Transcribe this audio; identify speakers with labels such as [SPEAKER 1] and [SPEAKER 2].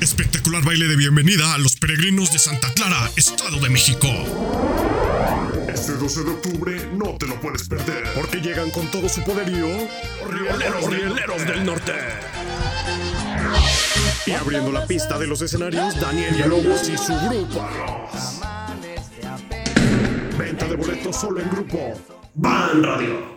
[SPEAKER 1] Espectacular baile de bienvenida a los peregrinos de Santa Clara, Estado de México.
[SPEAKER 2] Este 12 de octubre no te lo puedes perder.
[SPEAKER 3] Porque llegan con todo su poderío.
[SPEAKER 4] Rieleros, rieleros del norte.
[SPEAKER 3] Y abriendo la pista de los escenarios, Daniel Villalobos y su grupo. Venta de boletos solo en grupo.
[SPEAKER 2] Van Radio.